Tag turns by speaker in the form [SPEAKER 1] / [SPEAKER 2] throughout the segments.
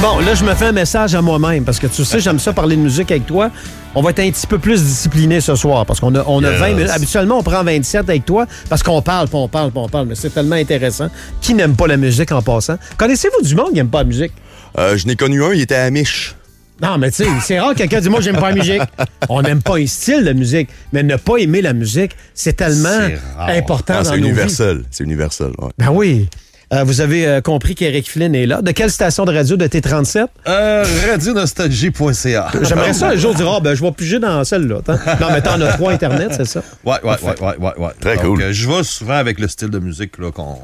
[SPEAKER 1] Bon, là, je me fais un message à moi-même parce que tu sais, j'aime ça parler de musique avec toi. On va être un petit peu plus discipliné ce soir parce qu'on a, on a
[SPEAKER 2] Yes.
[SPEAKER 1] 20 minutes. Habituellement, on prend 27 avec toi parce qu'on parle, puis on parle, puis on parle. Mais c'est tellement intéressant. Qui n'aime pas la musique en passant? Connaissez-vous du monde qui n'aime pas la musique?
[SPEAKER 2] Euh, je n'ai connu un, il était amish.
[SPEAKER 1] Non, mais tu sais, c'est rare que quelqu'un dit Moi, j'aime pas la musique. On n'aime pas un style de musique, mais ne pas aimer la musique, c'est tellement
[SPEAKER 3] C'est rare.
[SPEAKER 1] important
[SPEAKER 2] Ah,
[SPEAKER 1] dans
[SPEAKER 2] c'est
[SPEAKER 1] nos vies.
[SPEAKER 2] universel. C'est universel. ouais.
[SPEAKER 1] Ben oui. Euh, vous avez euh, compris qu'Éric Flynn est là. De quelle station de radio de T37?
[SPEAKER 3] Euh, Radionostalgie.ca.
[SPEAKER 1] J'aimerais ça un jour dire, ah, ben, je vais piger dans celle-là. t'as. Non, mais t'en as trois Internet, c'est ça?
[SPEAKER 3] Ouais, ouais, ouais, ouais, ouais, ouais.
[SPEAKER 2] Très
[SPEAKER 3] Donc,
[SPEAKER 2] cool.
[SPEAKER 3] euh, je vais souvent avec le style de musique là, qu'on.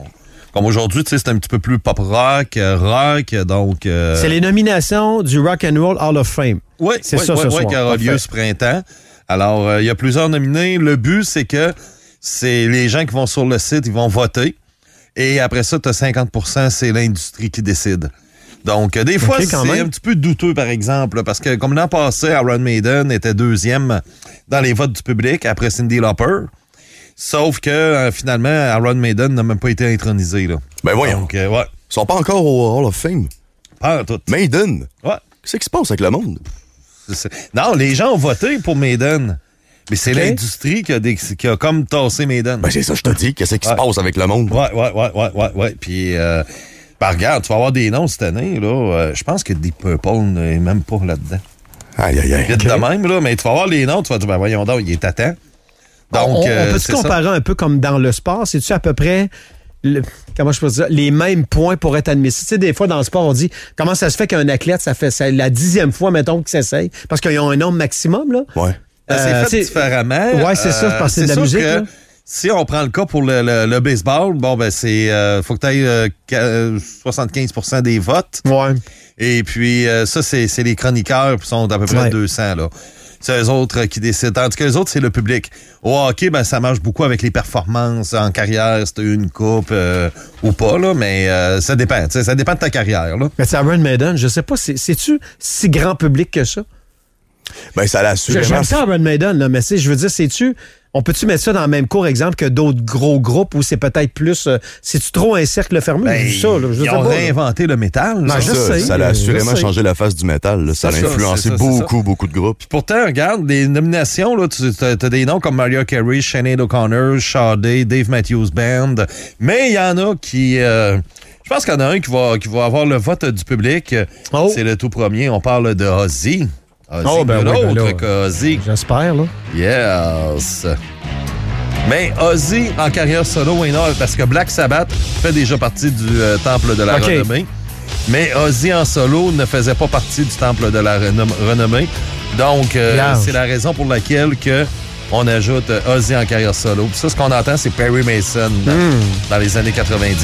[SPEAKER 3] Comme aujourd'hui, tu sais, c'est un petit peu plus pop rock, euh, rock, donc. euh,
[SPEAKER 1] C'est les nominations du Rock and Roll Hall of Fame.
[SPEAKER 3] Oui,
[SPEAKER 1] C'est
[SPEAKER 3] oui,
[SPEAKER 1] ça
[SPEAKER 3] oui,
[SPEAKER 1] ce
[SPEAKER 3] oui,
[SPEAKER 1] soir.
[SPEAKER 3] qui aura lieu
[SPEAKER 1] Parfait.
[SPEAKER 3] ce printemps. Alors, euh, il y a plusieurs nominés. Le but, c'est que c'est les gens qui vont sur le site, ils vont voter. Et après ça, tu as 50 c'est l'industrie qui décide. Donc, euh, des fois,
[SPEAKER 1] Ok,
[SPEAKER 3] c'est
[SPEAKER 1] quand même.
[SPEAKER 3] un petit peu douteux, par exemple, là, parce que comme l'an passé, Iron Maiden était deuxième dans les votes du public après Cindy Lauper. Sauf que, euh, finalement, Iron Maiden n'a même pas été intronisé. Là.
[SPEAKER 2] Ben
[SPEAKER 1] Oh.
[SPEAKER 2] voyons.
[SPEAKER 3] Donc, euh, ouais,
[SPEAKER 2] Ils sont pas encore au Hall of Fame.
[SPEAKER 3] pas en tout.
[SPEAKER 2] Maiden.
[SPEAKER 3] Ouais.
[SPEAKER 2] Qu'est-ce qui se passe avec le monde?
[SPEAKER 3] C'est- Non, les gens ont voté pour Maiden. Mais c'est
[SPEAKER 1] Ok.
[SPEAKER 3] l'industrie qui a, des- qui a comme tassé Maiden.
[SPEAKER 2] Ben c'est ça, je te dis. Qu'est-ce qui se
[SPEAKER 3] Ouais.
[SPEAKER 2] passe avec le monde?
[SPEAKER 3] Ouais, ouais, ouais, ouais, ouais, ouais. Puis, euh, ben, regarde, tu vas avoir des noms cette année, là. Euh, je pense que Deep Purple n'est même pas là-dedans.
[SPEAKER 2] Aïe, aïe, aïe.
[SPEAKER 3] Vite de même, là, mais tu vas avoir les noms, tu vas dire, ben voyons donc, il est à temps.
[SPEAKER 1] on
[SPEAKER 3] Donc,
[SPEAKER 1] on- on
[SPEAKER 3] euh,
[SPEAKER 1] peut se
[SPEAKER 3] c'est ça.
[SPEAKER 1] comparer un peu comme dans le sport? C'est-tu à peu près. le- comment je peux dire, les mêmes points pour être admissible. Tu sais, des fois, dans le sport, on dit comment ça se fait qu'un athlète, ça fait ça- la dixième fois, mettons, qu'il s'essaye, parce qu'ils ont un nombre maximum, là.
[SPEAKER 2] Ouais.
[SPEAKER 3] Ben, c'est
[SPEAKER 1] Euh,
[SPEAKER 3] fait
[SPEAKER 1] tu sais,
[SPEAKER 3] différemment. Euh,
[SPEAKER 1] Ouais, c'est ça, parce que c'est de la
[SPEAKER 3] sûr
[SPEAKER 1] musique, là.
[SPEAKER 3] si on prend le cas pour le, le- le baseball, bon, ben, c'est. euh, faut que tu ailles 75 des votes.
[SPEAKER 1] Ouais.
[SPEAKER 3] Et puis, euh, ça, c'est c'est les chroniqueurs qui sont à peu près
[SPEAKER 1] Ouais.
[SPEAKER 3] 200, là. C'est eux autres euh, qui décident. Tandis que les autres, c'est le public. Au hockey, ben, ça marche beaucoup avec les performances en carrière, si t'as eu une coupe euh, ou pas, là, mais euh, ça dépend. tu sais, Ça dépend de ta carrière, là.
[SPEAKER 1] Mais tu sais, Iron Maiden, je sais pas, c'est- c'est-tu si grand public que ça?
[SPEAKER 2] Ben ça l'a
[SPEAKER 1] Je-
[SPEAKER 2] assurément.
[SPEAKER 1] J'aime ça Iron Maiden, là, mais c'est- je veux dire, c'est-tu. On peut-tu mettre ça dans le même cours, exemple, que d'autres gros groupes où c'est peut-être plus. euh, c'est-tu trop un cercle fermé?
[SPEAKER 3] Ben,
[SPEAKER 1] J'ai vu ça, là, je sais
[SPEAKER 3] ils ont
[SPEAKER 1] pas, là.
[SPEAKER 3] réinventé le métal.
[SPEAKER 1] Non,
[SPEAKER 3] là.
[SPEAKER 1] je
[SPEAKER 2] Ça,
[SPEAKER 1] sais,
[SPEAKER 2] ça l'a
[SPEAKER 1] je
[SPEAKER 2] assurément
[SPEAKER 1] sais.
[SPEAKER 2] changé la face du métal. là. Ça a
[SPEAKER 3] C'est ça, c'est
[SPEAKER 2] influencé
[SPEAKER 3] ça, c'est
[SPEAKER 2] beaucoup, beaucoup de groupes.
[SPEAKER 3] Pourtant, regarde, des nominations, là, tu as, des noms comme Mario Carey, Sinead O'Connor, Sade, Dave Matthews Band, mais il y en a qui... euh, je pense qu'il y en a un qui va, qui va avoir le vote du public.
[SPEAKER 1] Oh.
[SPEAKER 3] C'est le tout premier. On parle de Ozzy. Ozzy,
[SPEAKER 1] Oh, ben oui,
[SPEAKER 3] nul
[SPEAKER 1] ben
[SPEAKER 3] autre
[SPEAKER 1] là.
[SPEAKER 3] qu'Ozzy.
[SPEAKER 1] J'espère, là.
[SPEAKER 3] Yes. Mais Ozzy en carrière solo, why not? Parce que Black Sabbath fait déjà partie du euh, temple de la
[SPEAKER 1] Ok.
[SPEAKER 3] renommée. Mais Ozzy en solo ne faisait pas partie du temple de la renom- renommée. Donc, euh,
[SPEAKER 1] Large.
[SPEAKER 3] c'est la raison pour laquelle que on ajoute euh, Ozzy en carrière solo. Puis ça, ce qu'on entend, c'est Perry Mason dans,
[SPEAKER 1] Hmm.
[SPEAKER 3] dans les années 90.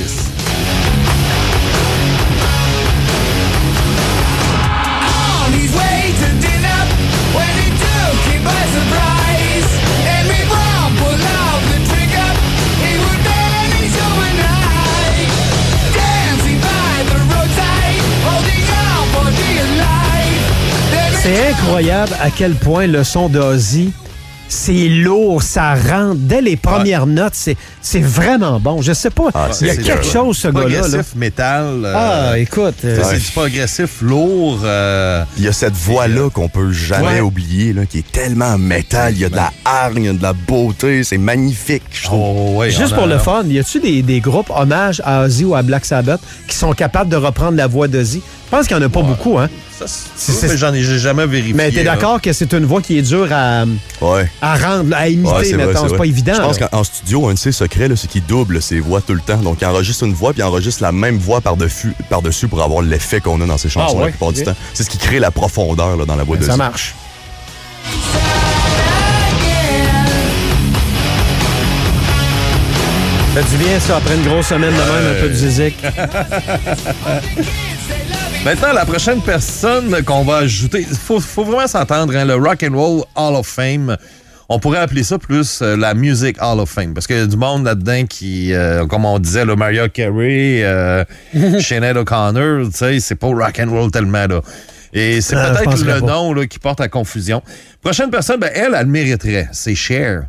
[SPEAKER 4] on his way to dinner when he took him by surprise. Amy Brown pulled out the trigger, he would vanish overnight. Dancing by the roadside, holding out for dear life. Then he
[SPEAKER 1] C'est incroyable à quel point le son de Ozzy, c'est lourd, ça rentre. Dès les premières notes, c'est, c'est vraiment bon. Je sais pas,
[SPEAKER 2] Ah, c'est
[SPEAKER 1] il y a
[SPEAKER 2] sûr,
[SPEAKER 1] quelque
[SPEAKER 2] ouais.
[SPEAKER 1] chose, ce gars-là. là.
[SPEAKER 3] Progressif, métal. euh,
[SPEAKER 1] Ah, écoute. euh,
[SPEAKER 3] c'est du progressif, lourd. euh,
[SPEAKER 2] Il y a cette voix-là qu'on peut jamais
[SPEAKER 1] Ouais.
[SPEAKER 2] oublier, là, qui est tellement métal. Il y a de la hargne, il y a de la beauté. C'est magnifique, je trouve.
[SPEAKER 3] oh, ouais,
[SPEAKER 1] Juste
[SPEAKER 3] on
[SPEAKER 1] pour
[SPEAKER 3] a-
[SPEAKER 1] le fun, y a-tu des, des groupes hommage à Ozzy ou à Black Sabbath qui sont capables de reprendre la voix d'Ozzy? Je pense qu'il n'y en a pas beaucoup, hein?
[SPEAKER 3] Ça, c'est-
[SPEAKER 1] C'est-
[SPEAKER 3] ça,
[SPEAKER 1] c'est-
[SPEAKER 3] j'en ai j'ai jamais vérifié.
[SPEAKER 1] Mais t'es
[SPEAKER 3] là.
[SPEAKER 1] d'accord que c'est une voix qui est dure à,
[SPEAKER 2] Ouais.
[SPEAKER 1] à rendre, à imiter,
[SPEAKER 2] Ouais, vrai,
[SPEAKER 1] mettons. C'est
[SPEAKER 2] vrai.
[SPEAKER 1] pas évident.
[SPEAKER 2] Je pense
[SPEAKER 1] là.
[SPEAKER 2] qu'en en studio, un de ses secrets, là, c'est qu'il double ses voix tout le temps. Donc, il enregistre une voix, puis il enregistre la même voix par-dessus par -dessus pour avoir l'effet qu'on a dans ses chansons
[SPEAKER 1] Ah ouais,
[SPEAKER 2] la plupart
[SPEAKER 1] ok.
[SPEAKER 2] du temps. C'est ce qui crée la profondeur là, dans la voix de
[SPEAKER 1] Ça
[SPEAKER 2] Ozzy.
[SPEAKER 1] marche. Fait du bien, ça, après une grosse semaine de même, un peu de zizik.
[SPEAKER 3] Maintenant, la prochaine personne qu'on va ajouter, il faut, faut vraiment s'entendre, hein, le Rock and Roll Hall of Fame. On pourrait appeler ça plus euh, la Music Hall of Fame, parce qu'il y a du monde là-dedans qui, euh, comme on disait, le Mariah Carey, euh, Sinead O'Connor, tu sais, c'est pas rock and roll tellement là. Et c'est
[SPEAKER 1] Ah, je
[SPEAKER 3] peut-être
[SPEAKER 1] penserais
[SPEAKER 3] le
[SPEAKER 1] pas.
[SPEAKER 3] nom là, qui porte à confusion. Prochaine personne, ben, elle, elle le mériterait. C'est Cher.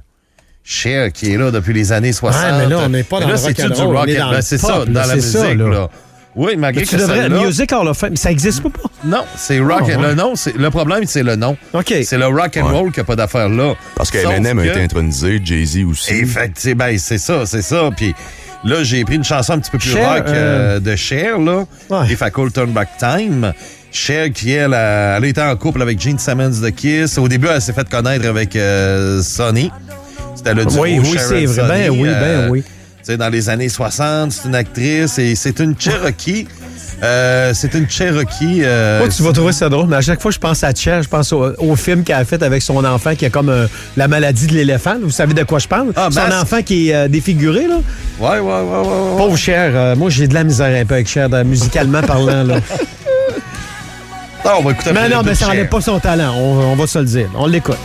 [SPEAKER 3] Cher qui est là depuis les années 60.
[SPEAKER 1] mais là, on n'est pas
[SPEAKER 3] Mais
[SPEAKER 1] dans
[SPEAKER 3] là,
[SPEAKER 1] le
[SPEAKER 3] c'est-tu
[SPEAKER 1] rock and
[SPEAKER 3] du
[SPEAKER 1] roll, on
[SPEAKER 3] rock
[SPEAKER 1] est
[SPEAKER 3] and-
[SPEAKER 1] dans
[SPEAKER 3] ben,
[SPEAKER 1] le
[SPEAKER 3] C'est
[SPEAKER 1] pop,
[SPEAKER 3] ça,
[SPEAKER 1] là,
[SPEAKER 3] dans la
[SPEAKER 1] c'est
[SPEAKER 3] musique.
[SPEAKER 1] ça, là.
[SPEAKER 3] là. Oui, malgré
[SPEAKER 1] Tu
[SPEAKER 3] que
[SPEAKER 1] devrais.
[SPEAKER 3] celle-là-
[SPEAKER 1] Music Hall of Fame, ça existe pas.
[SPEAKER 3] Non, c'est rock
[SPEAKER 1] Ah,
[SPEAKER 3] and
[SPEAKER 1] ouais.
[SPEAKER 3] le nom. c'est- Le problème, c'est le nom.
[SPEAKER 1] OK.
[SPEAKER 3] C'est le rock and
[SPEAKER 2] Ouais.
[SPEAKER 3] roll qui a pas d'affaire là.
[SPEAKER 2] Parce que
[SPEAKER 3] Sauf
[SPEAKER 2] M&M a
[SPEAKER 3] que-
[SPEAKER 2] été intronisé, Jay-Z aussi.
[SPEAKER 3] Effectivement, ben, c'est ça, c'est ça. Puis là, j'ai pris une chanson un petit peu plus
[SPEAKER 1] Cher,
[SPEAKER 3] rock euh, de Cher, là.
[SPEAKER 1] Ouais.
[SPEAKER 3] If I Could Turn Back Time. Cher, qui elle, a- elle était en couple avec Gene Simmons de Kiss. Au début, elle s'est faite connaître avec euh, Sonny. C'était le duo
[SPEAKER 1] Oui, oui,
[SPEAKER 3] Cher
[SPEAKER 1] c'est
[SPEAKER 3] and
[SPEAKER 1] vrai. Ben
[SPEAKER 3] Sonny,
[SPEAKER 1] oui, ben oui.
[SPEAKER 3] tu sais, dans les années 60, c'est une actrice et c'est une Cherokee. Euh, c'est une Cherokee. euh,
[SPEAKER 1] Moi, tu vas trouver ça drôle, mais à chaque fois, je pense à Cher, je pense au, au film qu'elle a fait avec son enfant qui a comme euh, la maladie de l'éléphant. là. Vous savez de quoi je parle?
[SPEAKER 3] Ah,
[SPEAKER 1] son
[SPEAKER 3] Masque.
[SPEAKER 1] enfant qui est euh, défiguré, là.
[SPEAKER 3] Ouais, ouais, ouais, ouais, ouais.
[SPEAKER 1] Pauvre Cher, euh, moi, j'ai de la misère un peu avec Cher, dans- musicalement parlant, là.
[SPEAKER 3] Ah, on va écouter un
[SPEAKER 1] mais
[SPEAKER 3] peu
[SPEAKER 1] non,
[SPEAKER 3] de
[SPEAKER 1] mais ça
[SPEAKER 3] Cher.
[SPEAKER 1] n'enlève pas son talent, on, on va se le dire. On l'écoute.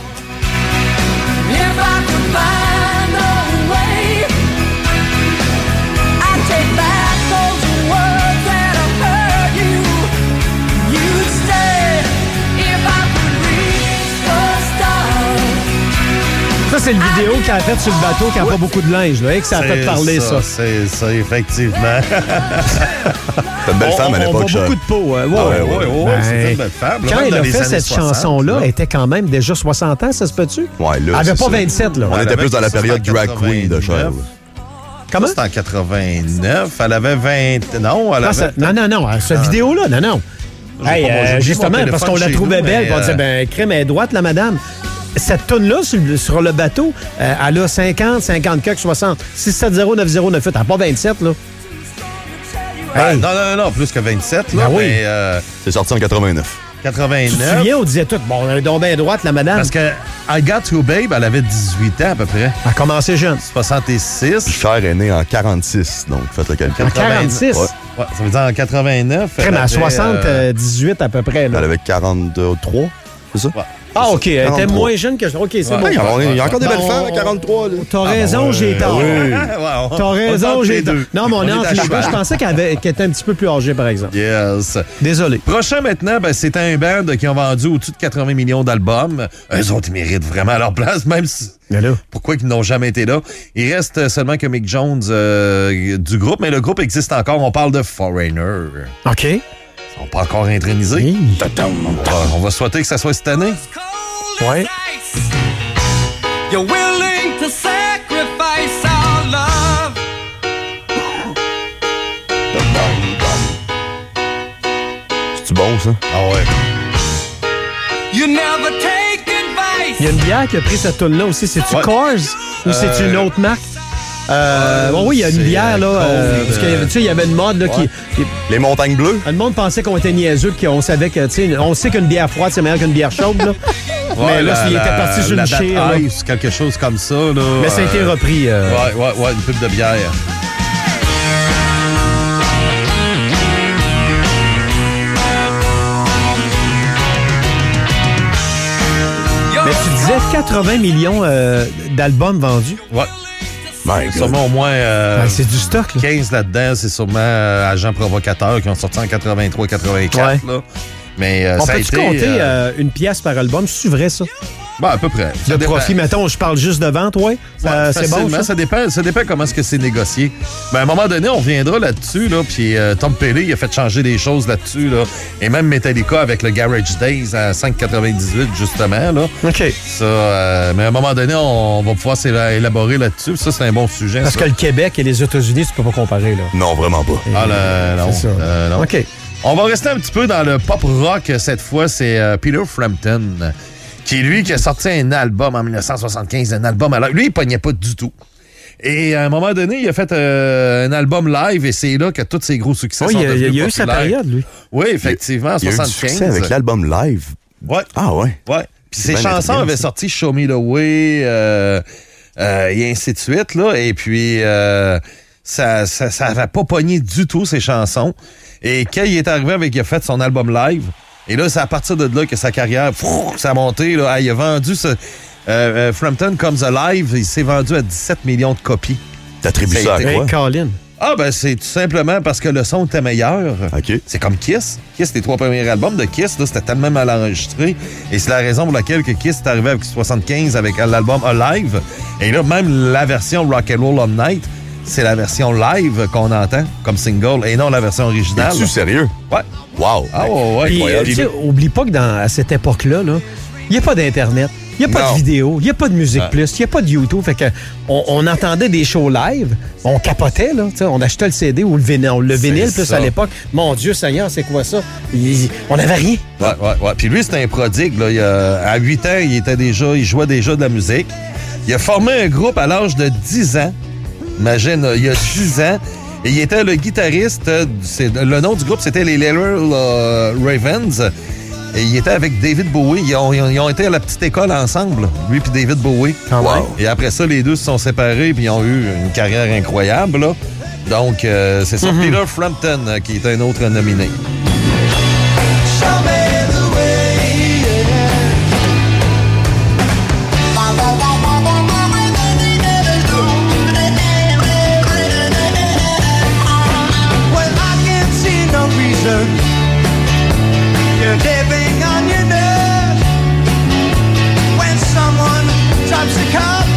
[SPEAKER 5] If I could find a way, I take back those words that I heard you. You'd say if I could reach the stars.
[SPEAKER 1] Ça, c'est le vidéo qu'elle a fait sur le bateau qui n'a pas beaucoup de linge, là, et que ça a fait
[SPEAKER 3] Ah. C'est
[SPEAKER 1] parler, ça.
[SPEAKER 3] C'est ça, effectivement.
[SPEAKER 2] C'était une belle
[SPEAKER 1] On-
[SPEAKER 3] Ah,
[SPEAKER 2] femme à
[SPEAKER 1] on,
[SPEAKER 2] l'époque,
[SPEAKER 1] voit
[SPEAKER 2] Cher.
[SPEAKER 1] beaucoup de peau. euh, ouais,
[SPEAKER 2] Ah
[SPEAKER 1] ouais,
[SPEAKER 2] ouais,
[SPEAKER 1] ouais.
[SPEAKER 3] ouais, ouais,
[SPEAKER 1] Ben,
[SPEAKER 3] c'est une belle femme, là,
[SPEAKER 1] Quand
[SPEAKER 3] même
[SPEAKER 1] elle
[SPEAKER 3] dans
[SPEAKER 1] a
[SPEAKER 3] les
[SPEAKER 1] fait
[SPEAKER 3] années
[SPEAKER 1] cette
[SPEAKER 3] 60,
[SPEAKER 1] chanson-là,
[SPEAKER 3] là.
[SPEAKER 1] elle était quand même déjà 60 ans, ça se peut-tu?
[SPEAKER 2] Ouais, là,
[SPEAKER 1] elle avait
[SPEAKER 2] c'est
[SPEAKER 1] pas
[SPEAKER 2] ça.
[SPEAKER 1] 27, là.
[SPEAKER 2] On
[SPEAKER 3] Elle
[SPEAKER 2] était
[SPEAKER 3] avait
[SPEAKER 2] plus dans la
[SPEAKER 3] ça, c'était
[SPEAKER 2] période
[SPEAKER 3] en
[SPEAKER 2] drag queen de Cher.
[SPEAKER 3] 89.
[SPEAKER 1] Comment?
[SPEAKER 3] C'était en 89. Elle avait 20. Non, elle
[SPEAKER 1] Non,
[SPEAKER 3] avait.
[SPEAKER 1] Ah, ça- non, non, non, cette vidéo-là, non, non.
[SPEAKER 3] J'ai
[SPEAKER 1] Hey,
[SPEAKER 3] pas mon-
[SPEAKER 1] euh,
[SPEAKER 3] j'ai pas mon
[SPEAKER 1] justement, parce
[SPEAKER 3] téléphone
[SPEAKER 1] qu'on la
[SPEAKER 3] chez
[SPEAKER 1] trouvait
[SPEAKER 3] nous,
[SPEAKER 1] belle,
[SPEAKER 3] mais,
[SPEAKER 1] puis on disait,
[SPEAKER 3] euh,
[SPEAKER 1] ben, crème, elle est droite, la madame. Cette toune-là, sur, le- sur le bateau, euh, elle a 50, 50 quelques, 60, 670 9098. Elle n'a pas 27, là.
[SPEAKER 3] Ben,
[SPEAKER 1] Hey,
[SPEAKER 3] Non, non, non, plus que 27, là.
[SPEAKER 1] Ben oui.
[SPEAKER 3] Mais euh,
[SPEAKER 2] C'est sorti en 89.
[SPEAKER 1] tu te
[SPEAKER 3] 89.
[SPEAKER 1] souviens, on disait tout, bon, elle est donc bien droite, la madame.
[SPEAKER 3] Parce que I Got You Babe, elle avait 18 ans à peu près.
[SPEAKER 1] Elle a commencé jeune.
[SPEAKER 3] 66.
[SPEAKER 2] Cher est né en 46, donc faites le calcul.
[SPEAKER 1] En 46.
[SPEAKER 2] Ouais.
[SPEAKER 3] Ouais, ça veut dire en 89.
[SPEAKER 1] Crème,
[SPEAKER 3] elle
[SPEAKER 1] à euh,
[SPEAKER 3] avait, euh,
[SPEAKER 1] 78 à peu près, là.
[SPEAKER 2] Elle avait 43, c'est ça?
[SPEAKER 3] Ouais.
[SPEAKER 1] Ah, OK, elle était
[SPEAKER 2] 43.
[SPEAKER 1] moins jeune que je. OK, c'est
[SPEAKER 3] Ouais. Ah,
[SPEAKER 1] bon.
[SPEAKER 2] Il y a- il y a encore des
[SPEAKER 1] Bon,
[SPEAKER 2] belles femmes à 43, là.
[SPEAKER 1] T'as raison, j'ai tort.
[SPEAKER 3] Ouais,
[SPEAKER 1] T'as
[SPEAKER 3] on- on tente
[SPEAKER 1] raison,
[SPEAKER 3] les
[SPEAKER 1] j'ai tort.
[SPEAKER 3] deux.
[SPEAKER 1] Non, mais on est entre
[SPEAKER 3] à
[SPEAKER 1] les deux.
[SPEAKER 3] cheval.
[SPEAKER 1] Je pensais qu'elle avait- qu'elle était un petit peu plus âgée, par exemple.
[SPEAKER 3] Yes.
[SPEAKER 1] Désolé.
[SPEAKER 3] Prochain maintenant, ben, c'est un band qui ont vendu au-dessus de 80 millions d'albums. Eux autres, ils méritent vraiment leur place, même si...
[SPEAKER 1] Mais là.
[SPEAKER 3] Pourquoi ils n'ont jamais été là? Il reste seulement que Mick Jones euh, du groupe, mais le groupe existe encore. On parle de Foreigner.
[SPEAKER 1] OK.
[SPEAKER 3] Ils sont pas encore intronisés. On va- On va souhaiter que ça soit cette année.
[SPEAKER 1] Ouais.
[SPEAKER 4] You're willing to sacrifice our love.
[SPEAKER 2] C'est-tu bon, ça?
[SPEAKER 3] Ah ouais.
[SPEAKER 4] You never take advice.
[SPEAKER 1] Il y a une bière qui a pris cette toune-là aussi. C'est-tu
[SPEAKER 3] Ouais.
[SPEAKER 1] Coors ou c'est une
[SPEAKER 3] Euh,
[SPEAKER 1] autre marque? Euh, bon, oui, il y a une
[SPEAKER 3] c'est
[SPEAKER 1] bière, là.
[SPEAKER 3] Coors,
[SPEAKER 1] euh, parce que,
[SPEAKER 3] euh,
[SPEAKER 1] tu sais, il y avait une mode, là, qui-
[SPEAKER 3] ouais.
[SPEAKER 1] qui,
[SPEAKER 2] Les montagnes bleues?
[SPEAKER 1] Le monde pensait qu'on était niaiseux, puis qu'on savait que, tu sais, on sait qu'une bière froide, c'est meilleur qu'une bière chaude, là. mais
[SPEAKER 3] Ouais,
[SPEAKER 1] là,
[SPEAKER 3] Ah, la-
[SPEAKER 1] il était
[SPEAKER 3] la-
[SPEAKER 1] parti sur
[SPEAKER 3] la
[SPEAKER 1] une
[SPEAKER 3] date
[SPEAKER 1] chire, là.
[SPEAKER 3] ice, quelque chose comme ça. Là,
[SPEAKER 1] Mais ça a été
[SPEAKER 3] Euh,
[SPEAKER 1] repris. euh,
[SPEAKER 3] Ouais, ouais, ouais, une pub de bière.
[SPEAKER 1] Mais tu disais 80 millions euh, d'albums vendus.
[SPEAKER 3] Ouais. Ben,
[SPEAKER 2] My God.
[SPEAKER 3] Sûrement au moins euh,
[SPEAKER 1] Ben, c'est du stock, là.
[SPEAKER 3] 15 là-dedans. C'est sûrement euh, agents provocateurs qui ont sorti en 83-84.
[SPEAKER 1] Ouais.
[SPEAKER 3] Là. Mais euh,
[SPEAKER 1] On
[SPEAKER 3] ça a
[SPEAKER 1] peut-tu
[SPEAKER 3] été.
[SPEAKER 1] compter
[SPEAKER 3] euh,
[SPEAKER 1] euh, une pièce par album? C'est vrai, ça?
[SPEAKER 3] ben, à peu près. Ça
[SPEAKER 1] Le
[SPEAKER 3] dépend.
[SPEAKER 1] profit, mettons, je parle juste de vente, ouais? Ça,
[SPEAKER 3] Ouais,
[SPEAKER 1] c'est bon,
[SPEAKER 3] facilement,
[SPEAKER 1] ça?
[SPEAKER 3] ça dépend, ça dépend comment est-ce que c'est négocié. Ben, à un moment donné, on reviendra là-dessus, là, puis euh, Tom Pelé, il a fait changer des choses là-dessus, là. Et même Metallica avec le Garage Days à 5,98, justement, là.
[SPEAKER 1] OK.
[SPEAKER 3] Ça, euh, mais à un moment donné, on va pouvoir s'élaborer là-dessus. Ça, c'est un bon sujet.
[SPEAKER 1] Parce
[SPEAKER 3] ça.
[SPEAKER 1] que le Québec et les États-Unis, tu peux pas comparer, là.
[SPEAKER 2] Non, vraiment pas.
[SPEAKER 3] Ah, là, non,
[SPEAKER 1] C'est ça.
[SPEAKER 3] euh, non.
[SPEAKER 1] OK.
[SPEAKER 3] On va rester un petit peu dans le pop rock cette fois. C'est euh, Peter Frampton, qui lui, qui a sorti un album en 1975, un album. Alors, lui, il pognait pas du tout. Et à un moment donné, il a fait euh, un album live et c'est là que tous ses gros succès
[SPEAKER 1] Oui,
[SPEAKER 3] sont
[SPEAKER 1] il y a-
[SPEAKER 3] devenus
[SPEAKER 1] il y a eu sa
[SPEAKER 3] populaires.
[SPEAKER 1] période, lui.
[SPEAKER 3] Oui, effectivement, en
[SPEAKER 2] Il y a eu du
[SPEAKER 3] 75.
[SPEAKER 2] succès avec l'album live.
[SPEAKER 3] Ouais.
[SPEAKER 2] Ah ouais?
[SPEAKER 3] Ouais. Puis
[SPEAKER 2] C'est
[SPEAKER 3] ses
[SPEAKER 2] bien
[SPEAKER 3] chansons
[SPEAKER 2] intriguant,
[SPEAKER 3] avaient
[SPEAKER 2] ça.
[SPEAKER 3] sorti Show Me the Way euh, euh, et ainsi de suite. Là. Et puis, euh, ça ça, ça avait pas pogné du tout, ses chansons. Et quand il est arrivé avec, il a fait son album live. Et là, c'est à partir de là que sa carrière, pfff, ça a monté. Là. Ah, il a vendu ce. euh, euh, Frampton Comes Alive, il s'est vendu à 17 millions de copies.
[SPEAKER 2] T'attribues
[SPEAKER 3] Ça
[SPEAKER 2] ça
[SPEAKER 3] a
[SPEAKER 2] à
[SPEAKER 3] été-
[SPEAKER 1] Hey,
[SPEAKER 2] quoi?
[SPEAKER 1] Colin.
[SPEAKER 3] Ah ben c'est tout simplement parce que le son était meilleur.
[SPEAKER 2] OK.
[SPEAKER 3] C'est comme Kiss. Kiss, les trois premiers albums de Kiss, là, c'était tellement mal enregistré. Et c'est la raison pour laquelle que Kiss est arrivé avec 75 avec l'album Alive. Et là, même la version Rock and Roll on Night, c'est la version live qu'on entend comme single et non la version originale.
[SPEAKER 2] Es-tu sérieux?
[SPEAKER 3] Ouais.
[SPEAKER 2] Wow.
[SPEAKER 3] Ah ouais, ouais.
[SPEAKER 1] Puis,
[SPEAKER 2] Incroyable.
[SPEAKER 1] euh, tu sais, oublie pas que dans, à cette époque-là, là, il n'y a pas d'Internet, il n'y a pas
[SPEAKER 2] Non.
[SPEAKER 1] de vidéo, il n'y a pas de musique
[SPEAKER 3] Ouais.
[SPEAKER 1] plus, il n'y a pas de YouTube. Fait que on, on entendait des shows live, on capotait, là, tu sais, on achetait le CD ou le vinyle, le
[SPEAKER 3] C'est
[SPEAKER 1] vinyle plus
[SPEAKER 3] ça.
[SPEAKER 1] à l'époque. Mon Dieu Seigneur, c'est quoi ça? Il- on n'avait rien.
[SPEAKER 3] Ouais, ouais, ouais. Puis lui, c'était un prodigue. Là. Il a- à 8 ans, il, était déjà, il jouait déjà de la musique. Il a formé un groupe à l'âge de 10 ans. Imagine, là, il y a 10 ans. Et il était le guitariste. euh, c'est- le nom du groupe, c'était les Little euh, Ravens. Et il était avec David Bowie. Ils ont, ils ont- ils ont été à la petite école ensemble, lui puis David Bowie.
[SPEAKER 1] Quand même.
[SPEAKER 3] Et après ça, les deux se sont séparés puis ils ont eu une carrière incroyable. là. Donc, euh, c'est ça. Peter Frampton, euh, qui est un autre nominé.
[SPEAKER 4] Well, I can see no reason you're living on your nerves. When someone drops a cup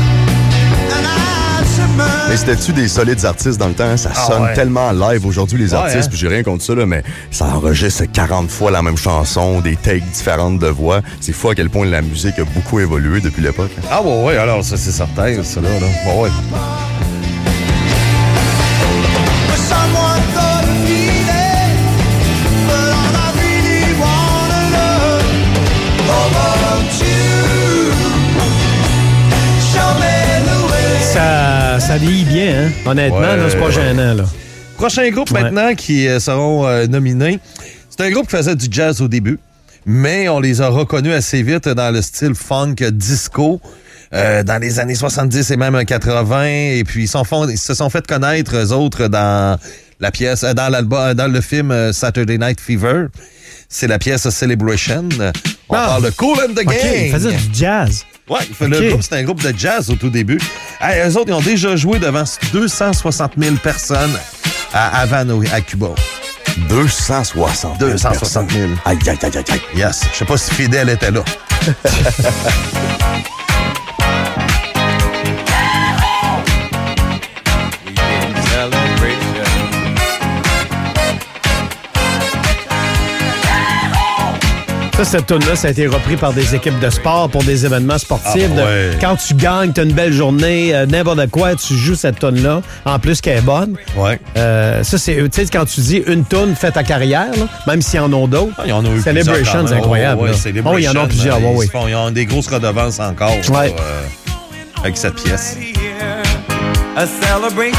[SPEAKER 4] and I'm submerged.
[SPEAKER 2] Mais c'était-tu des solides artistes dans le temps? hein? Ça sonne
[SPEAKER 3] Ah, ouais.
[SPEAKER 2] tellement live aujourd'hui, les
[SPEAKER 3] Ouais,
[SPEAKER 2] artistes,
[SPEAKER 3] hein?
[SPEAKER 2] puis j'ai rien contre ça, là, mais ça enregistre 40 fois la même chanson, des takes différentes de voix. C'est fou à quel point la musique a beaucoup évolué depuis l'époque. hein.
[SPEAKER 3] Ah ouais, ouais, alors ça c'est certain, ça là. là. Ouais, ouais.
[SPEAKER 4] Someone thought of me then, but all I really wanna know, oh, won't you show me the way?
[SPEAKER 1] Ça, ça vieillit bien, hein? honnêtement,
[SPEAKER 3] Ouais,
[SPEAKER 1] là, c'est pas
[SPEAKER 3] ouais.
[SPEAKER 1] gênant. Là.
[SPEAKER 3] Prochain groupe
[SPEAKER 1] Ouais.
[SPEAKER 3] maintenant qui euh, seront euh, nominés. C'est un groupe qui faisait du jazz au début, mais on les a reconnus assez vite dans le style funk euh, disco. euh, dans les années 70 et même 80, et puis ils, s'en font- ils se sont fait connaître eux autres dans la pièce, euh, dans l'album, euh, dans le film euh, Saturday Night Fever. C'est la pièce Celebration. Euh, On
[SPEAKER 1] Ah.
[SPEAKER 3] parle de Cool and the Gang.
[SPEAKER 1] OK, il faisait du jazz.
[SPEAKER 3] Ouais, le
[SPEAKER 1] Ok.
[SPEAKER 3] groupe, c'est un groupe de jazz au tout début. Hey, eux autres, ils ont déjà joué devant 260 000 personnes à Havane, à Cuba.
[SPEAKER 2] 260.
[SPEAKER 3] 260 000.
[SPEAKER 2] Aïe, aïe, aïe, aïe, aïe.
[SPEAKER 3] Yes. Je sais pas si Fidel était là.
[SPEAKER 1] Ça, cette tune-là, ça a été repris par des équipes de sport pour des événements sportifs.
[SPEAKER 3] Ah, ouais.
[SPEAKER 1] De- Quand tu gagnes, t'as une belle journée, euh, n'importe quoi, tu joues cette tune-là, en plus qu'elle est bonne.
[SPEAKER 3] Ouais.
[SPEAKER 1] Euh, ça, c'est tu sais, quand tu dis une tonne fait ta carrière, là, même s'ils en ont d'autres.
[SPEAKER 3] Ah, Ils en ont eu plusieurs,
[SPEAKER 1] Celebration,
[SPEAKER 3] quand
[SPEAKER 1] c'est
[SPEAKER 3] même.
[SPEAKER 1] incroyable.
[SPEAKER 3] Oh, ouais,
[SPEAKER 1] là.
[SPEAKER 3] Celebration,
[SPEAKER 1] oh, il y en a plusieurs.
[SPEAKER 3] hein,
[SPEAKER 1] ouais,
[SPEAKER 3] ils,
[SPEAKER 1] ouais.
[SPEAKER 3] se font- ils ont des grosses redevances encore.
[SPEAKER 1] Ouais.
[SPEAKER 3] là, euh, avec cette pièce.
[SPEAKER 4] A celebration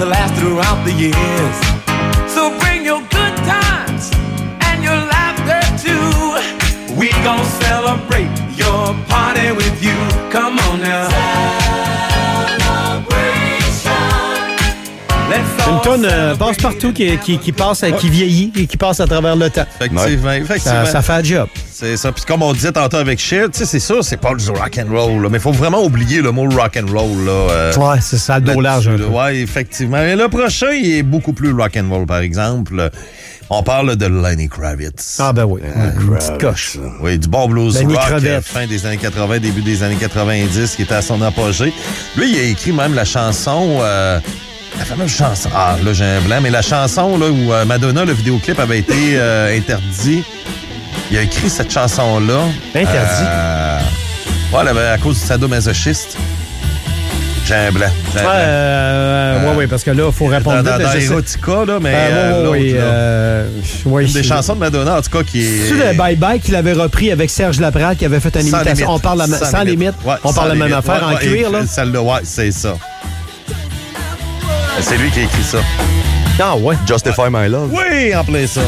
[SPEAKER 4] to last throughout the years. So bring your good times and your laughter too. We gon' celebrate your party with you. Come on now. Celebration.
[SPEAKER 1] Une tonne passe partout qui, qui, qui passe, à- qui vieillit et qui passe à travers le temps.
[SPEAKER 3] Effectivement.
[SPEAKER 1] Ça,
[SPEAKER 3] effectivement.
[SPEAKER 1] ça fait un job.
[SPEAKER 3] C'est ça. Puis comme on disait tantôt avec Cher, tu sais, c'est ça, c'est pas du rock and roll. là, Mais faut vraiment oublier le mot rock and roll là. euh,
[SPEAKER 1] Ouais, c'est ça, le dos large. un
[SPEAKER 3] Là-dessus,
[SPEAKER 1] peu.
[SPEAKER 3] là. Ouais, effectivement. Et le prochain, il est beaucoup plus rock'n'roll, par exemple. On parle de Lenny Kravitz.
[SPEAKER 1] Ah, ben oui. Une petite coche.
[SPEAKER 3] Oui, du bon blues
[SPEAKER 1] Lenny
[SPEAKER 3] rock,
[SPEAKER 1] Kravitz.
[SPEAKER 3] euh, fin des années 80, début des années 90, qui était à son apogée. Lui, il a écrit même la chanson... euh, la fameuse chanson... Ah, là, j'ai un blanc, mais la chanson là, où euh, Madonna, le vidéoclip, avait été euh, interdit. Il a écrit cette chanson-là.
[SPEAKER 1] Interdit?
[SPEAKER 3] Euh, ouais, là, à cause du sadomasochiste. J'ai un blanc. j'ai un
[SPEAKER 1] Ouais,
[SPEAKER 3] blanc.
[SPEAKER 1] euh, ouais, ouais, parce que là, il faut répondre vite.
[SPEAKER 3] Dans, dans,
[SPEAKER 1] là,
[SPEAKER 3] dans
[SPEAKER 1] je sais-
[SPEAKER 3] Erotica, là, mais
[SPEAKER 1] Ah,
[SPEAKER 3] euh,
[SPEAKER 1] ouais, ouais,
[SPEAKER 3] l'autre,
[SPEAKER 1] ouais,
[SPEAKER 3] là.
[SPEAKER 1] euh, ouais,
[SPEAKER 3] Une des
[SPEAKER 1] c'est-
[SPEAKER 3] chansons de Madonna, en tout cas, qui est...
[SPEAKER 1] C'est le Bye Bye qu'il avait repris avec Serge Laprade qui avait fait une
[SPEAKER 3] Sans
[SPEAKER 1] imitation.
[SPEAKER 3] limite.
[SPEAKER 1] On parle la, ma- sans, limite.
[SPEAKER 3] Ouais,
[SPEAKER 1] on
[SPEAKER 3] sans
[SPEAKER 1] parle la même
[SPEAKER 3] limite.
[SPEAKER 1] affaire
[SPEAKER 3] Ouais,
[SPEAKER 1] en
[SPEAKER 3] ouais,
[SPEAKER 1] cuir,
[SPEAKER 3] et-
[SPEAKER 1] là.
[SPEAKER 3] Celle-là, ouais, c'est ça. C'est lui qui a écrit ça.
[SPEAKER 1] Ah, ouais.
[SPEAKER 2] Justify My Love.
[SPEAKER 3] Oui, en plein ça.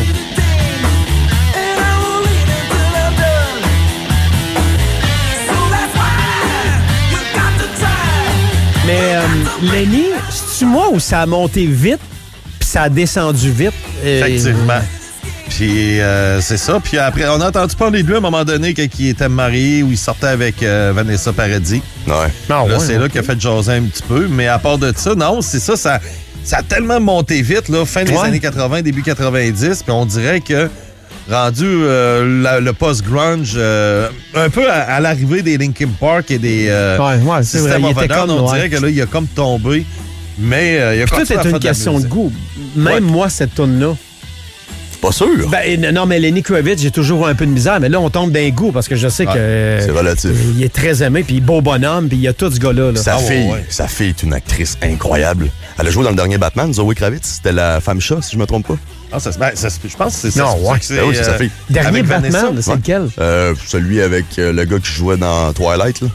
[SPEAKER 1] Mais euh, Lenny, c'est-tu moi où ça a monté vite, puis ça a descendu vite? euh,
[SPEAKER 3] Effectivement. Puis euh, c'est ça. Puis après, on a entendu parler de lui à un moment donné quand il était marié ou il sortait avec euh, Vanessa Paradis.
[SPEAKER 2] Ouais.
[SPEAKER 1] Ah,
[SPEAKER 3] Là,
[SPEAKER 1] ouais,
[SPEAKER 3] c'est
[SPEAKER 1] ouais.
[SPEAKER 3] là qu'il a fait jaser un petit peu. Mais à part de ça, non, c'est ça, ça, ça a tellement monté vite, là, fin des
[SPEAKER 1] Ouais.
[SPEAKER 3] années 80, début 90. Puis on dirait que rendu euh, la- le post-grunge, euh, un peu à, à l'arrivée des Linkin Park et des euh,
[SPEAKER 1] Ouais, ouais, c'est vrai,
[SPEAKER 3] System
[SPEAKER 1] il
[SPEAKER 3] of a
[SPEAKER 1] était
[SPEAKER 3] Down,
[SPEAKER 1] comme,
[SPEAKER 3] on
[SPEAKER 1] ouais.
[SPEAKER 3] dirait que là, il a comme tombé. Mais euh, il a
[SPEAKER 1] Puis tout
[SPEAKER 3] continué à
[SPEAKER 1] est
[SPEAKER 3] faire
[SPEAKER 1] une
[SPEAKER 3] de la
[SPEAKER 1] question de
[SPEAKER 3] musique.
[SPEAKER 1] goût. Même
[SPEAKER 3] Ouais.
[SPEAKER 1] moi, cette tourne-là.
[SPEAKER 2] Pas
[SPEAKER 3] Euh,
[SPEAKER 2] sûr.
[SPEAKER 1] Ben, non, non, mais Lenny Kravitz, j'ai toujours un peu de misère, mais là, on tombe d'un goût parce que je sais
[SPEAKER 3] Ouais,
[SPEAKER 1] que. euh,
[SPEAKER 2] c'est relatif.
[SPEAKER 1] Il est très aimé, puis beau bonhomme, puis il y a tout ce gars-là. là.
[SPEAKER 2] Sa
[SPEAKER 3] euh, Ah ouais,
[SPEAKER 2] fille,
[SPEAKER 3] ouais.
[SPEAKER 2] sa fille est une actrice incroyable. Elle a joué dans le dernier Batman, Zoe Kravitz. C'était la femme chat, si je me trompe pas.
[SPEAKER 3] Ah, ça se- ben, ça se- je pense que c'est ça.
[SPEAKER 1] Non,
[SPEAKER 3] c'est pour
[SPEAKER 1] ouais.
[SPEAKER 3] ça que c'est,
[SPEAKER 2] Ben oui, c'est sa
[SPEAKER 3] euh,
[SPEAKER 2] fille.
[SPEAKER 1] Dernier
[SPEAKER 3] avec
[SPEAKER 1] Batman,
[SPEAKER 3] Vanessa.
[SPEAKER 1] là, c'est
[SPEAKER 2] Ouais.
[SPEAKER 1] lequel?
[SPEAKER 2] Euh, celui avec euh, le gars qui jouait dans Twilight. Là.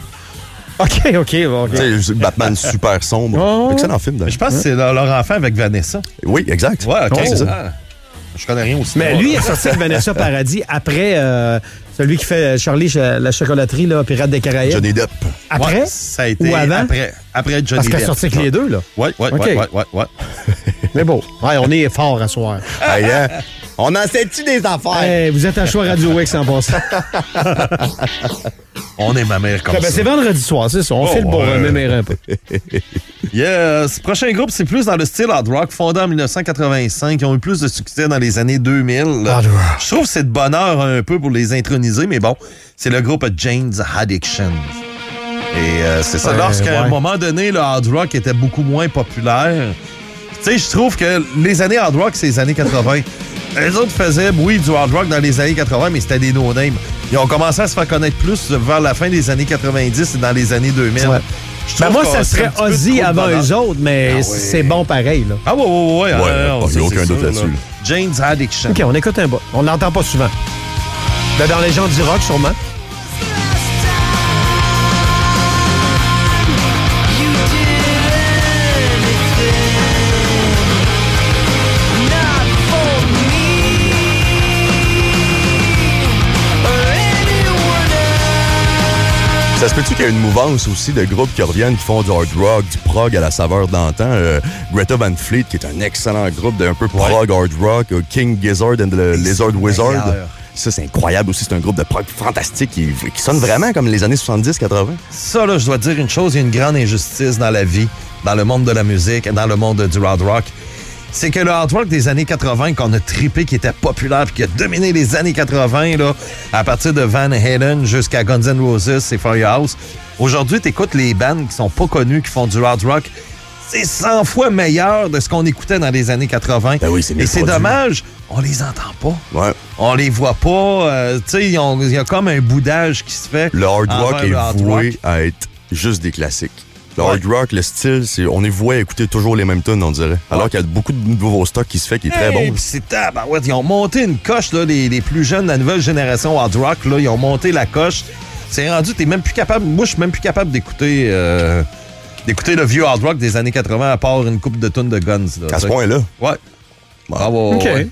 [SPEAKER 1] OK, OK, OK.
[SPEAKER 2] Tu sais, Batman super sombre.
[SPEAKER 1] Oh, ouais.
[SPEAKER 2] Excellent film, d'ailleurs.
[SPEAKER 3] Je pense que c'est leur leur enfant avec Vanessa.
[SPEAKER 2] Oui, exact.
[SPEAKER 3] Ouais, ok.
[SPEAKER 2] Ouais, c'est ça.
[SPEAKER 3] Ah, Je connais rien aussi.
[SPEAKER 1] Oh. Mais lui, il est sorti avec Vanessa Paradis après euh, celui qui fait Charlie, ch- la chocolaterie, là, Pirate des Caraïbes.
[SPEAKER 2] Johnny Depp.
[SPEAKER 1] Après?
[SPEAKER 3] ça a été
[SPEAKER 1] Ou avant?
[SPEAKER 3] après, après Johnny
[SPEAKER 1] Parce qu'elle est
[SPEAKER 3] Depp.
[SPEAKER 1] sortie avec les deux, là.
[SPEAKER 3] Ouais, ouais,
[SPEAKER 1] Ok.
[SPEAKER 3] ouais, ouais, ouais, ouais.
[SPEAKER 1] Mais bon, ouais, on est fort à soir.
[SPEAKER 2] Hey, hein? On en sait-tu des affaires?
[SPEAKER 1] Hey, vous êtes à choix Radio X en passant.
[SPEAKER 3] On est ma mère comme
[SPEAKER 1] Ben,
[SPEAKER 3] ça.
[SPEAKER 1] c'est vendredi soir, c'est ça. On fait le bon
[SPEAKER 3] ouais.
[SPEAKER 1] remémère un peu.
[SPEAKER 3] Yes. Prochain groupe, c'est plus dans le style hard rock, fondé en 1985. Ils ont eu plus de succès dans les années 2000.
[SPEAKER 1] Hard rock.
[SPEAKER 3] Je trouve que c'est de bonheur un peu pour les introniser, mais bon, c'est le groupe Jane's Addiction. Et euh, c'est ça.
[SPEAKER 1] Ouais,
[SPEAKER 3] Lorsqu'à un
[SPEAKER 1] ouais.
[SPEAKER 3] moment donné, le hard rock était beaucoup moins populaire, tu sais, je trouve que les années hard rock, c'est les années 80. Les autres faisaient, oui, du hard rock dans les années 80, mais c'était des no-names. Ils ont commencé à se faire connaître plus vers la fin des années 90 et dans les années 2000.
[SPEAKER 1] Ouais.
[SPEAKER 3] Je
[SPEAKER 1] Ben,
[SPEAKER 3] trouve
[SPEAKER 1] moi, ça
[SPEAKER 3] qu'on- c'est un
[SPEAKER 1] serait
[SPEAKER 3] petit peu trop
[SPEAKER 1] Ozzy
[SPEAKER 3] de
[SPEAKER 1] avant
[SPEAKER 3] bonheur.
[SPEAKER 1] eux autres, mais
[SPEAKER 3] Ah ouais.
[SPEAKER 1] c'est bon pareil, là.
[SPEAKER 3] Ah, ouais, ouais, ouais.
[SPEAKER 2] Ouais,
[SPEAKER 3] ah,
[SPEAKER 2] pas-
[SPEAKER 3] ça,
[SPEAKER 2] y a aucun
[SPEAKER 3] c'est
[SPEAKER 2] doute
[SPEAKER 3] sûr,
[SPEAKER 2] là-dessus.
[SPEAKER 3] là. Jane's Addiction.
[SPEAKER 1] OK, on écoute un bout. On l'entend pas souvent. Ben, Dans les gens du rock, sûrement.
[SPEAKER 2] Ça se peut-tu qu'il y ait une mouvance aussi de groupes qui reviennent, qui font du hard rock, du prog à la saveur d'antan? Euh, Greta Van Fleet, qui est un excellent groupe d'un peu prog, hard rock, euh, King Gizzard and the Lizard Wizard.
[SPEAKER 3] meilleurs.
[SPEAKER 2] Ça, c'est incroyable aussi. C'est un groupe de prog fantastique qui, qui sonne vraiment comme les années 70-80.
[SPEAKER 3] Ça, là, je dois te dire une chose, il y a une grande injustice dans la vie, dans le monde de la musique, dans le monde du hard rock. C'est que le hard rock des années 80 qu'on a trippé, qui était populaire, puis qui a dominé les années 80, là, à partir de Van Halen jusqu'à Guns N' Roses et Firehouse. Aujourd'hui, t'écoutes les bands qui sont pas connues, qui font du hard rock. C'est 100 fois meilleur de ce qu'on écoutait dans les années 80.
[SPEAKER 2] Ben oui, c'est mieux
[SPEAKER 3] et c'est
[SPEAKER 2] produit.
[SPEAKER 3] dommage, on les entend pas.
[SPEAKER 2] Ouais.
[SPEAKER 3] On les voit pas. euh, tu sais, ils ont- il y a comme un boudage qui se fait.
[SPEAKER 2] Le hard rock
[SPEAKER 3] envers
[SPEAKER 2] est
[SPEAKER 3] le hard
[SPEAKER 2] voué
[SPEAKER 3] rock.
[SPEAKER 2] à être juste des classiques. Le
[SPEAKER 3] Ouais.
[SPEAKER 2] hard rock, le style, c'est on est voué à écouter toujours les mêmes tunes, on dirait. Alors qu'il y a beaucoup de nouveaux stocks qui se fait qui est très
[SPEAKER 3] Hey,
[SPEAKER 2] bon.
[SPEAKER 3] pis C'est tabarouette. Ils ont monté une coche, là, les, les plus jeunes de la nouvelle génération hard rock. Là, ils ont monté la coche. C'est rendu, t'es même plus capable. Moi, je suis même plus capable d'écouter euh, d'écouter le vieux hard rock des années 80 à part une coupe de tonnes de guns. là,
[SPEAKER 2] À ce
[SPEAKER 3] t'sais.
[SPEAKER 2] point-là.
[SPEAKER 3] Ouais. Ah, ouais,
[SPEAKER 1] OK.
[SPEAKER 3] ouais.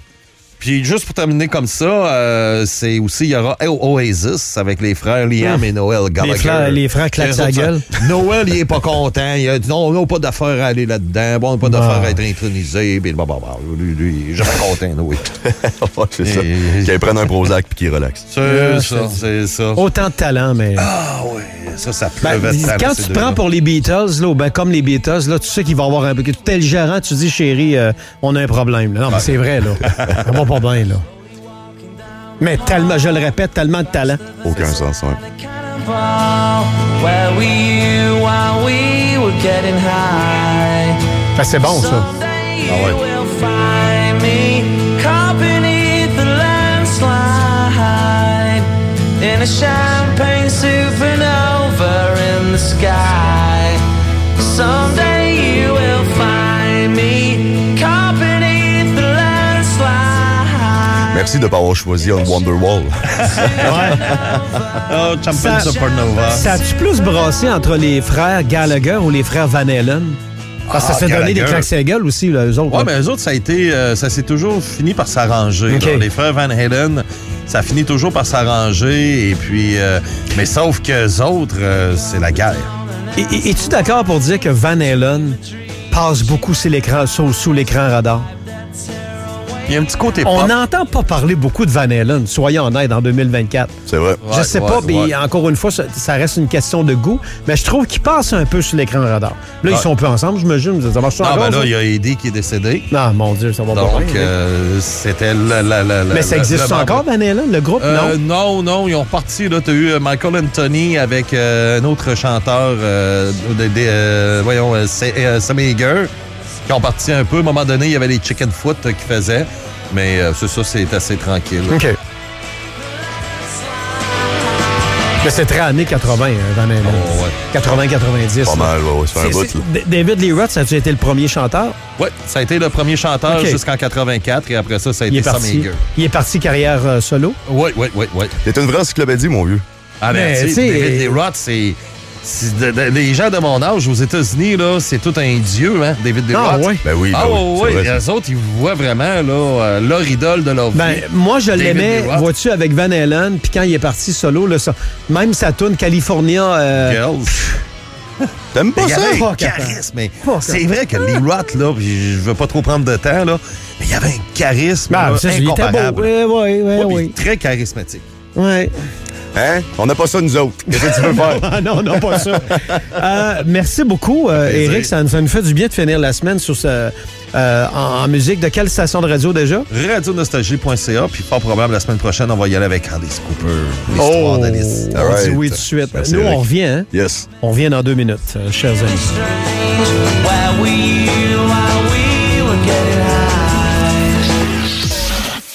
[SPEAKER 3] Puis juste pour terminer comme ça, euh, c'est aussi, il y aura O- Oasis avec les frères Liam et Noël Gallagher.
[SPEAKER 1] frères- Ah. les frères claquent
[SPEAKER 3] Les
[SPEAKER 1] sa
[SPEAKER 3] autres,
[SPEAKER 1] gueule.
[SPEAKER 3] ça- Noël, il est pas content. Il a dit, non, on n'a pas d'affaire à aller là-dedans. Bon, on n'a pas
[SPEAKER 1] Bah.
[SPEAKER 3] d'affaire à être intronisé. Puis, bah, bah, bah, lui, lui, il est jamais content, oui.
[SPEAKER 2] Ouais, c'est ça.
[SPEAKER 3] Et-
[SPEAKER 2] Qu'ils prennent un Prozac puis qu'ils relaxent.
[SPEAKER 1] Ah,
[SPEAKER 3] C'est ça, c'est ça.
[SPEAKER 1] Autant de talent, mais.
[SPEAKER 3] Ah oui, ça, ça
[SPEAKER 1] Oh. Ben,
[SPEAKER 3] pleuvait.
[SPEAKER 1] dis-
[SPEAKER 3] tant,
[SPEAKER 1] quand tu
[SPEAKER 3] ces
[SPEAKER 1] te
[SPEAKER 3] deux-là.
[SPEAKER 1] prends pour les Beatles, là, ben, comme les Beatles, là, tu sais qu'il va y avoir un peu. que T'es le gérant, tu dis, chérie, euh, on a un problème. là. Non, mais c'est vrai, là. Ça va pas bien, là. Mais tellement, je le répète, tellement de talent.
[SPEAKER 2] Aucun sens, ouais.
[SPEAKER 6] Where we you while we were getting high.
[SPEAKER 1] Ben, c'est bon, ça.
[SPEAKER 6] Someday you will find me caught beneath the landslide in a champagne supernova in the sky. Someday you will find me caught beneath the landslide.
[SPEAKER 2] Merci de ne pas avoir choisi un Wonderwall.
[SPEAKER 3] Ah, Champagne
[SPEAKER 1] Ça-
[SPEAKER 3] Supernova.
[SPEAKER 1] Ça a-tu plus brassé entre les frères Gallagher ou les frères Van Halen? Parce que
[SPEAKER 3] Ah,
[SPEAKER 1] ça s'est donné des
[SPEAKER 3] Gallagher.
[SPEAKER 1] claques à gueule aussi, là, eux autres.
[SPEAKER 3] Ouais,
[SPEAKER 1] là.
[SPEAKER 3] mais eux autres, ça a été, euh, ça s'est toujours fini par s'arranger.
[SPEAKER 1] OK.
[SPEAKER 3] là. Les frères Van Halen, ça finit toujours par s'arranger. Et puis, euh, mais sauf que eux autres, euh, c'est la guerre.
[SPEAKER 1] Et- et- Es-tu d'accord pour dire que Van Halen passe beaucoup sur l'écran, sous, sous l'écran radar?
[SPEAKER 3] Il y a un petit côté pop.
[SPEAKER 1] On n'entend pas parler beaucoup de Van Halen, soyons honnêtes, en 2024.
[SPEAKER 2] C'est vrai.
[SPEAKER 1] je
[SPEAKER 3] Ouais,
[SPEAKER 1] sais
[SPEAKER 3] ouais,
[SPEAKER 1] pas,
[SPEAKER 3] ouais.
[SPEAKER 1] mais encore une fois, ça, ça reste une question de goût, mais je trouve qu'ils passent un peu sur l'écran radar. Là, ils
[SPEAKER 3] Ouais.
[SPEAKER 1] sont plus ensemble, je me jure, ça marche
[SPEAKER 3] Non,
[SPEAKER 1] encore,
[SPEAKER 3] ben là,
[SPEAKER 1] ça?
[SPEAKER 3] il y a Eddie qui est décédé.
[SPEAKER 1] Non, mon Dieu, ça va pas.
[SPEAKER 3] Donc,
[SPEAKER 1] bien.
[SPEAKER 3] euh, c'était la, la, la, la-
[SPEAKER 1] mais ça
[SPEAKER 3] la-
[SPEAKER 1] existe
[SPEAKER 3] le-
[SPEAKER 1] encore, Van Halen, le groupe?
[SPEAKER 3] Euh,
[SPEAKER 1] non.
[SPEAKER 3] non, non, ils ont reparti. Là, t'as eu euh, Michael Anthony avec euh, un autre chanteur, euh, de- de- euh, voyons, euh, c'est- euh, Sammy Hagar, qui ont parti un peu. À un moment donné, il y avait les Chicken Foot euh, qui faisaient. Mais euh, c'est ça, c'est assez tranquille.
[SPEAKER 1] OK. Mais c'est très années 80, hein, Van Halen.
[SPEAKER 3] Oh, ouais.
[SPEAKER 1] 80-90.
[SPEAKER 2] Pas mal, ouais, ouais, ça fait
[SPEAKER 1] C'est-
[SPEAKER 2] un bout.
[SPEAKER 1] c'est-
[SPEAKER 2] là.
[SPEAKER 1] D- David Lee Roth, ça a été le premier chanteur.
[SPEAKER 3] Ouais, ça a été le premier chanteur
[SPEAKER 1] OK.
[SPEAKER 3] jusqu'en 84 et après ça, ça a
[SPEAKER 1] Il
[SPEAKER 3] été
[SPEAKER 1] est
[SPEAKER 3] Sammy
[SPEAKER 1] parti.
[SPEAKER 3] Hagar.
[SPEAKER 1] Il est parti carrière euh, solo.
[SPEAKER 3] Oui, oui, oui, oui.
[SPEAKER 2] T'es une vraie encyclopédie, mon vieux.
[SPEAKER 3] Ah ben,
[SPEAKER 1] Mais,
[SPEAKER 3] tu sais,
[SPEAKER 1] tu sais, euh,
[SPEAKER 3] David Lee Roth, c'est... c'est de- de- les gens de mon âge aux États-Unis, là, c'est tout un dieu, hein, David Lee
[SPEAKER 1] Ah,
[SPEAKER 3] Roth.
[SPEAKER 1] ouais.
[SPEAKER 2] Ben oui,
[SPEAKER 3] Ah
[SPEAKER 2] ben
[SPEAKER 3] oui,
[SPEAKER 2] oui,
[SPEAKER 3] oui,
[SPEAKER 2] c'est vrai,
[SPEAKER 3] les autres, ils voient vraiment là, euh, leur idole de leur vie.
[SPEAKER 1] Ben, moi, je
[SPEAKER 3] David
[SPEAKER 1] l'aimais,
[SPEAKER 3] Lee Roth.
[SPEAKER 1] vois-tu, avec Van Halen, puis quand il est parti solo, là, ça- même sa tourne California. euh,
[SPEAKER 3] Girls.
[SPEAKER 2] T'aimes pas
[SPEAKER 3] Il y
[SPEAKER 2] ça?
[SPEAKER 3] avait
[SPEAKER 1] pas
[SPEAKER 3] un
[SPEAKER 1] capable.
[SPEAKER 3] charisme. mais
[SPEAKER 1] Pas
[SPEAKER 3] C'est vrai que Lee Roth, là, puis je veux pas trop prendre de temps, là, mais il y avait un charisme
[SPEAKER 1] ben,
[SPEAKER 3] là,
[SPEAKER 1] ça, il était beau.
[SPEAKER 3] incomparable.
[SPEAKER 1] Oui, oui, oui.
[SPEAKER 3] Ouais, puis
[SPEAKER 1] oui.
[SPEAKER 3] Très charismatique.
[SPEAKER 1] Ouais.
[SPEAKER 2] Hein? On n'a pas ça, nous autres. Qu'est-ce que tu veux faire?
[SPEAKER 1] Ah non, non, pas ça. Euh, merci beaucoup, euh,
[SPEAKER 3] plaisir.
[SPEAKER 1] Eric. Ça, nous- ça nous fait du bien de finir la semaine sur ce, euh, en, en musique. De quelle station de radio déjà?
[SPEAKER 3] Radionostalgie.ca, puis pas probable, la semaine prochaine, on va y aller avec Candice Cooper, l'histoire d'Alice.
[SPEAKER 1] on
[SPEAKER 2] All
[SPEAKER 1] dit
[SPEAKER 2] right.
[SPEAKER 1] oui tout de suite.
[SPEAKER 2] Merci,
[SPEAKER 1] Nous, on
[SPEAKER 2] Eric.
[SPEAKER 1] revient. hein?
[SPEAKER 2] Yes.
[SPEAKER 1] On revient dans deux minutes, euh, chers amis.
[SPEAKER 6] Strange.